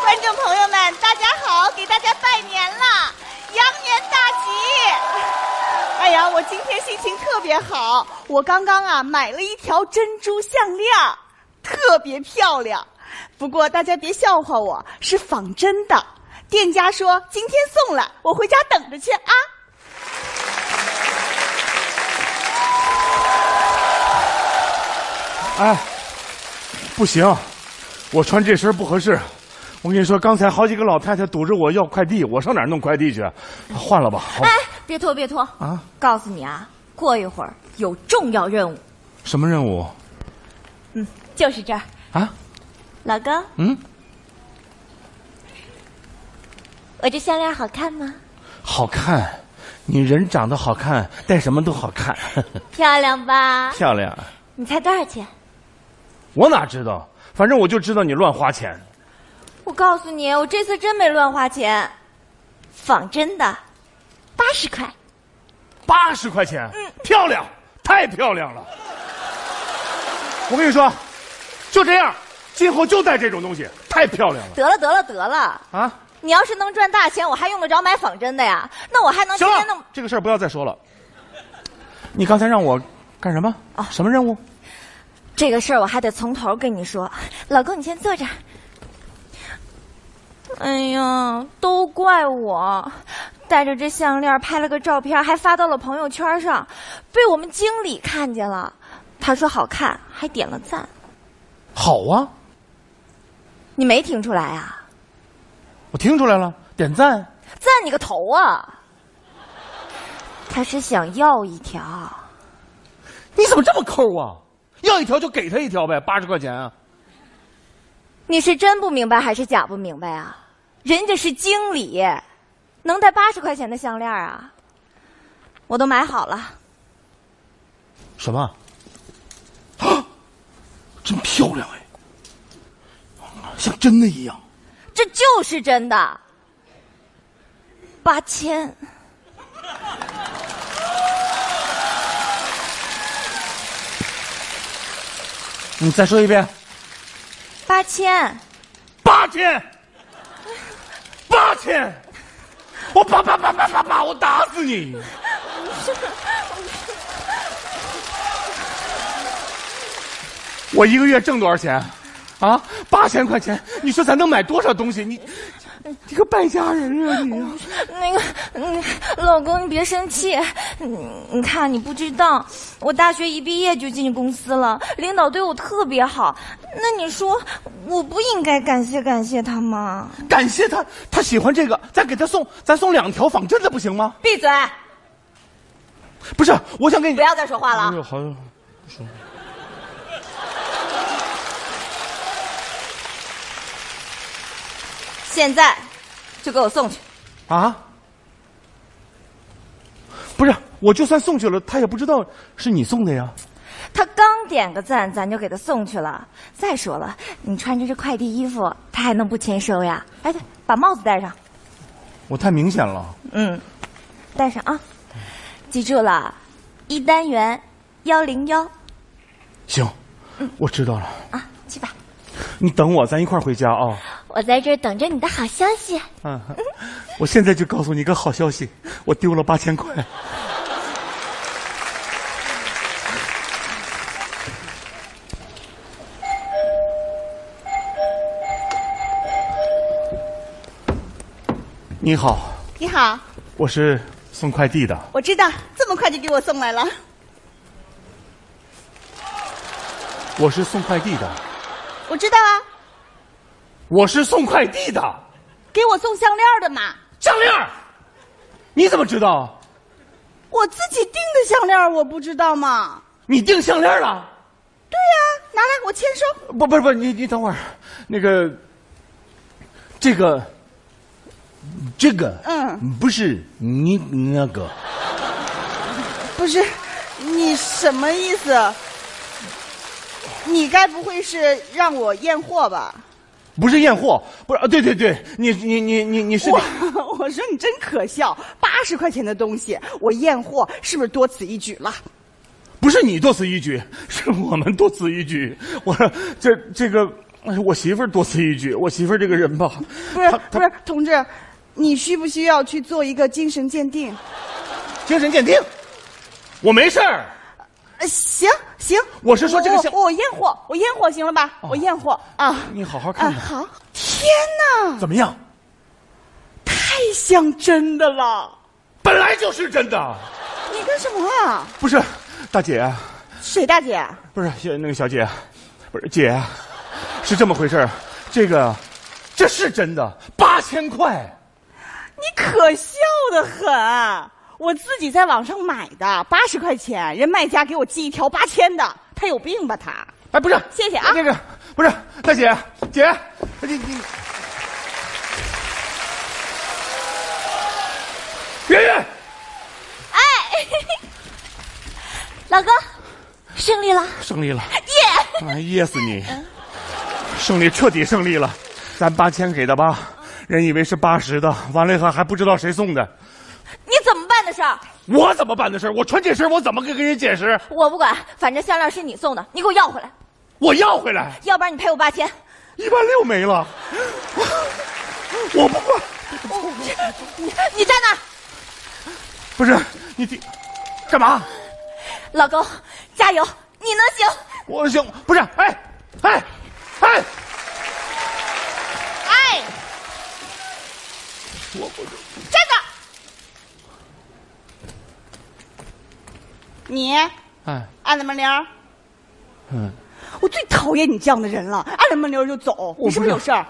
观众朋友们，大家好，给大家拜年啦，羊年大吉！哎呀，我今天心情特别好，我刚刚啊买了一条珍珠项链，特别漂亮。不过大家别笑话我，是仿真的。店家说今天送来，我回家等着去啊。哎，不行，我穿这身不合适。我跟你说，刚才好几个老太太堵着我要快递，我上哪儿弄快递去？啊换了吧，好吧哎，别拖，别拖啊！告诉你啊，过一会儿有重要任务，什么任务嗯，就是这儿，啊？老公，嗯，我这项链好看吗？好看，你人长得好看，戴什么都好看，漂亮吧？ 漂亮。你猜多少钱？我哪知道？反正我就知道你乱花钱。我告诉你，我这次真没乱花钱，仿真的，八十块。八十块钱，漂亮，太漂亮了。我跟你说，就这样，今后就戴这种东西，太漂亮了得了，得了，得了！啊！你要是能赚大钱，我还用得着买仿真的呀？那我还能行天了天弄？，这个事儿不要再说了。你刚才让我干什么？啊什么任务？这个事儿我还得从头跟你说，老公，你先坐这儿。哎呀，都怪我，带着这项链拍了个照片，还发到了朋友圈上，被我们经理看见了。他说好看，还点了赞。好啊，你没听出来啊？我听出来了，点赞。赞你个头啊！他是想要一条，你怎么这么抠啊？要一条就给他一条呗，八十块钱啊！你是真不明白还是假不明白啊？人家是经理，能带八十块钱的项链啊？我都买好了。什么？啊，真漂亮哎，像真的一样。这就是真的。八千，你再说一遍。八千，八千，八千，我叭叭叭叭叭叭，我打死你！ 我一个月挣多少钱？啊，八千块钱，你说咱能买多少东西？你，这个败家人啊你啊！那个，嗯，老公你别生气，嗯，你看你不知道，我大学一毕业就进公司了，领导对我特别好，那你说我不应该感谢感谢他吗？感谢他，他喜欢这个，咱给他送，咱送两条仿真的不行吗？闭嘴，不是，我想给你不。要再说话了。呦，好，说。现在就给我送去。啊？不是，我就算送去了，他也不知道是你送的呀。他刚点个赞，咱就给他送去了。再说了，你穿着这快递衣服，他还能不签收呀？哎，对，把帽子戴上。我太明显了。嗯，带上啊！记住了，一单元幺零幺行，我知道了。啊，去吧，你等我，咱一块儿回家啊。我在这儿等着你的好消息。嗯，我现在就告诉你一个好消息，我丢了八千块。你好，你好，我是送快递的。我知道这么快就给我送来了，我是送快递的，我知道啊，我是送快递的，给我送项链的嘛，项链儿，你怎么知道？我自己订的项链我不知道嘛。你订项链儿了？对呀、拿来我签收。不，不是，不是，你你等会儿，那个，这个，这个，嗯，不是你那个，不是，你什么意思？你该不会是让我验货吧？不是验货，不是啊，对对对，你你你你你是我我 说你真可笑，八十块钱的东西我验货，是不是多此一举了？不是你多此一举，是我们多此一举。我说这这个，哎，我媳妇儿多此一举。我媳妇儿这个人吧，不是她不是，同志，你需不需要去做一个精神鉴定？精神鉴定，我没事儿。呃，行行，我是说这个项哦我我验货，我验货行了吧？我验货啊你好好啊看看，好。天哪，怎么样？太像真的了！本来就是真的，你干什么啊？不是，大姐啊，水大姐，不是小那个小姐，啊不是姐啊，是这么回事儿。这个，这是真的，八千块。你可笑的很。我自己在网上买的，八十块钱，人卖家给我寄一条八千的，他有病吧他？哎，不是，谢谢啊那个不是大姐，啊姐，你你，圆圆，老公，胜利了，胜利了，耶！哎，噎死你！胜利彻底胜利了，咱八千给的吧，人以为是八十的，完了以后还不知道谁送的，你怎么办的事儿？我怎么办的事儿？我穿这身儿我怎么跟跟人解释？我不管，反正项链是你送的，你给我要回来，我要回来要不然你赔我八千。一万六没了，我不管，你你站那儿，不是你听，干嘛？老公，加油，你能行！我行，不是，哎，哎，哎，哎，我我站着！你 哎，按了门铃儿？嗯，我最讨厌你这样的人了，按了门铃儿就走，你是不是有不是事儿？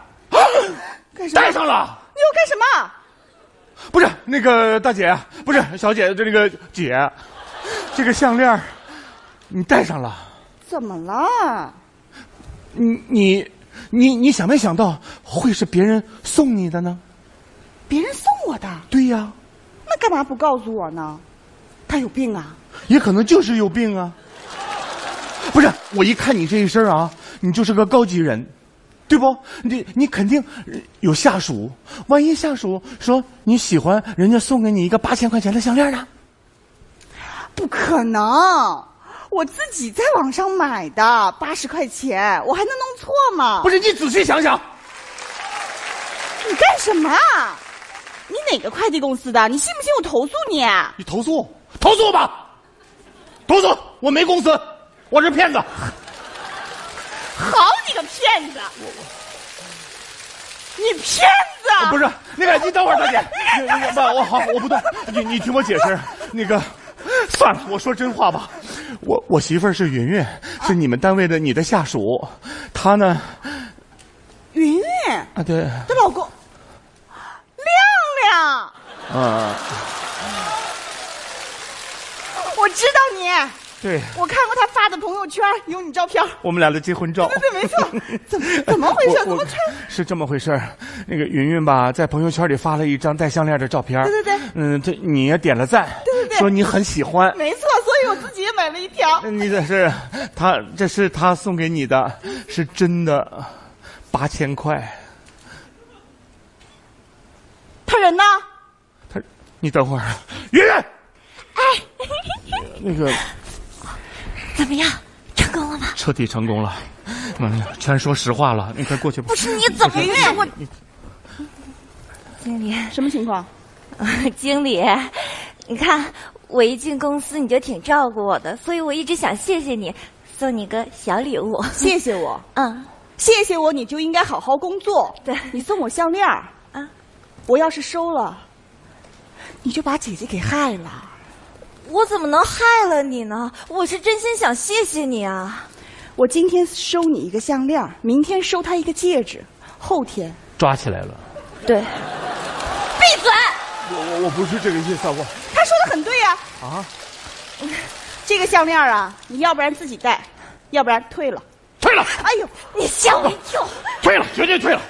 干什么？带上了，你要干什么？不是那个大姐，不是小姐，这那个姐，这个项链儿你戴上了，怎么了？你你你你想没想到会是别人送你的呢？别人送我的，对呀、那干嘛不告诉我呢？他有病啊！也可能就是有病啊。不是，我一看你这一身啊，你就是个高级人，对不？你你肯定呃有下属，万一下属说你喜欢，人家送给你一个八千块钱的项链呢？不可能，我自己在网上买的，八十块钱，我还能弄错吗？不是，你仔细想想，是你干什么啊？你哪个快递公司的？你信不信我投诉你？啊你投诉，投诉吧，投诉，我没公司，我是骗子。好你个骗子！你骗子！ 不是，那个，你等会儿，大 姐，你你不，我好，我不动，你你听我解释，那个，算了，我说真话吧，我我媳妇儿是云云，是你们单位的你的下属，她呢，云云啊对，的老公亮亮，嗯，我知道你，对，我看过他发的朋友圈，有你照片。我们俩的结婚照，对对，没 错，怎么怎么回事？怎我么我穿？是这么回事儿那个云云吧，在朋友圈里发了一张戴项链的照片，对对对，嗯，这你也点了赞，对对对说你很喜欢，没错，所以我自己也买了一条。你这是他，这是他送给你的，是真的，八千块。他人呢？他，你等会儿，圆圆，哎那个怎么样，成功了吗？彻底成功了，嗯，全说实话了，你快过去吧不。是你怎么越我？ 经理， 什么情况？经理，你看我一进公司你就挺照顾我的，所以我一直想谢谢你，送你个小礼物。谢谢我，嗯，谢谢我，你就应该好好工作。对你送我项链儿啊，我要是收了，你就把姐姐给害了。我怎么能害了你呢？我是真心想谢谢你啊！我今天收你一个项链儿，明天收她一个戒指，后天抓起来了。对，闭嘴！我我我不是这个意思，啊我他说的很对呀、啊， 这个项链儿啊，你要不然自己戴，要不然退了。退了，哎呦，你吓我一跳！退了，绝对退了。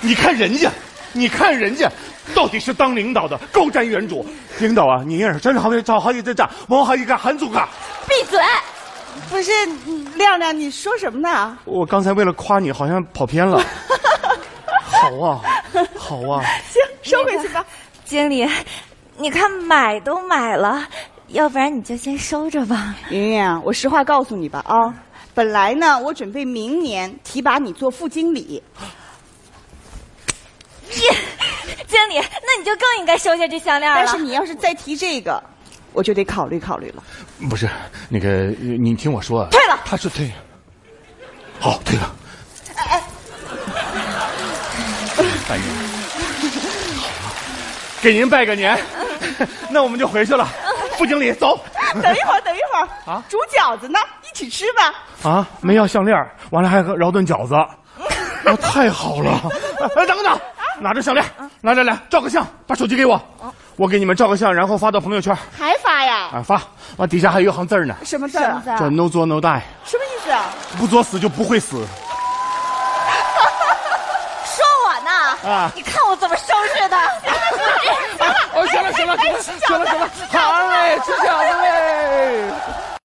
你看人家，你看人家，到底是当领导的高瞻远瞩。领导啊，你也是真好，找好几这站，往好几个韩总啊。闭嘴！不是嗯亮亮，你说什么呢？我刚才为了夸你，好像跑偏 了。好啊，好啊，行，收回去 吧。经理，你看买都买了，要不然你就先收着吧。 莹莹啊，我实话告诉你吧啊，本来呢，我准备明年提拔你做副经理。经理，那你就更应该收下这项链但了是。你要是再提这 个，我就得考虑考虑了。不是那个，呃你听我说啊，退了他是退，好退了。哎拜年，好啊哎给您拜个 年，那我们就回去了。副经理，走 等一会儿，等一会儿啊煮饺子呢，一起吃吧。啊！没要项链儿，完了还和饶顿 饺子，啊，太好了！哎，等等，拿着项链，啊来来来，照个相，把手机给我，我给你们照个相，然后发到朋友圈还发呀？啊，发完底下还有一行字儿呢，什么字什儿么啊字？儿叫 “no 作 no die”，什么意思啊？不作死就不会死。说我呢？啊你看我怎么收拾的？哎哦，行了行了行了行了行了，好嘞，吃饺子嘞！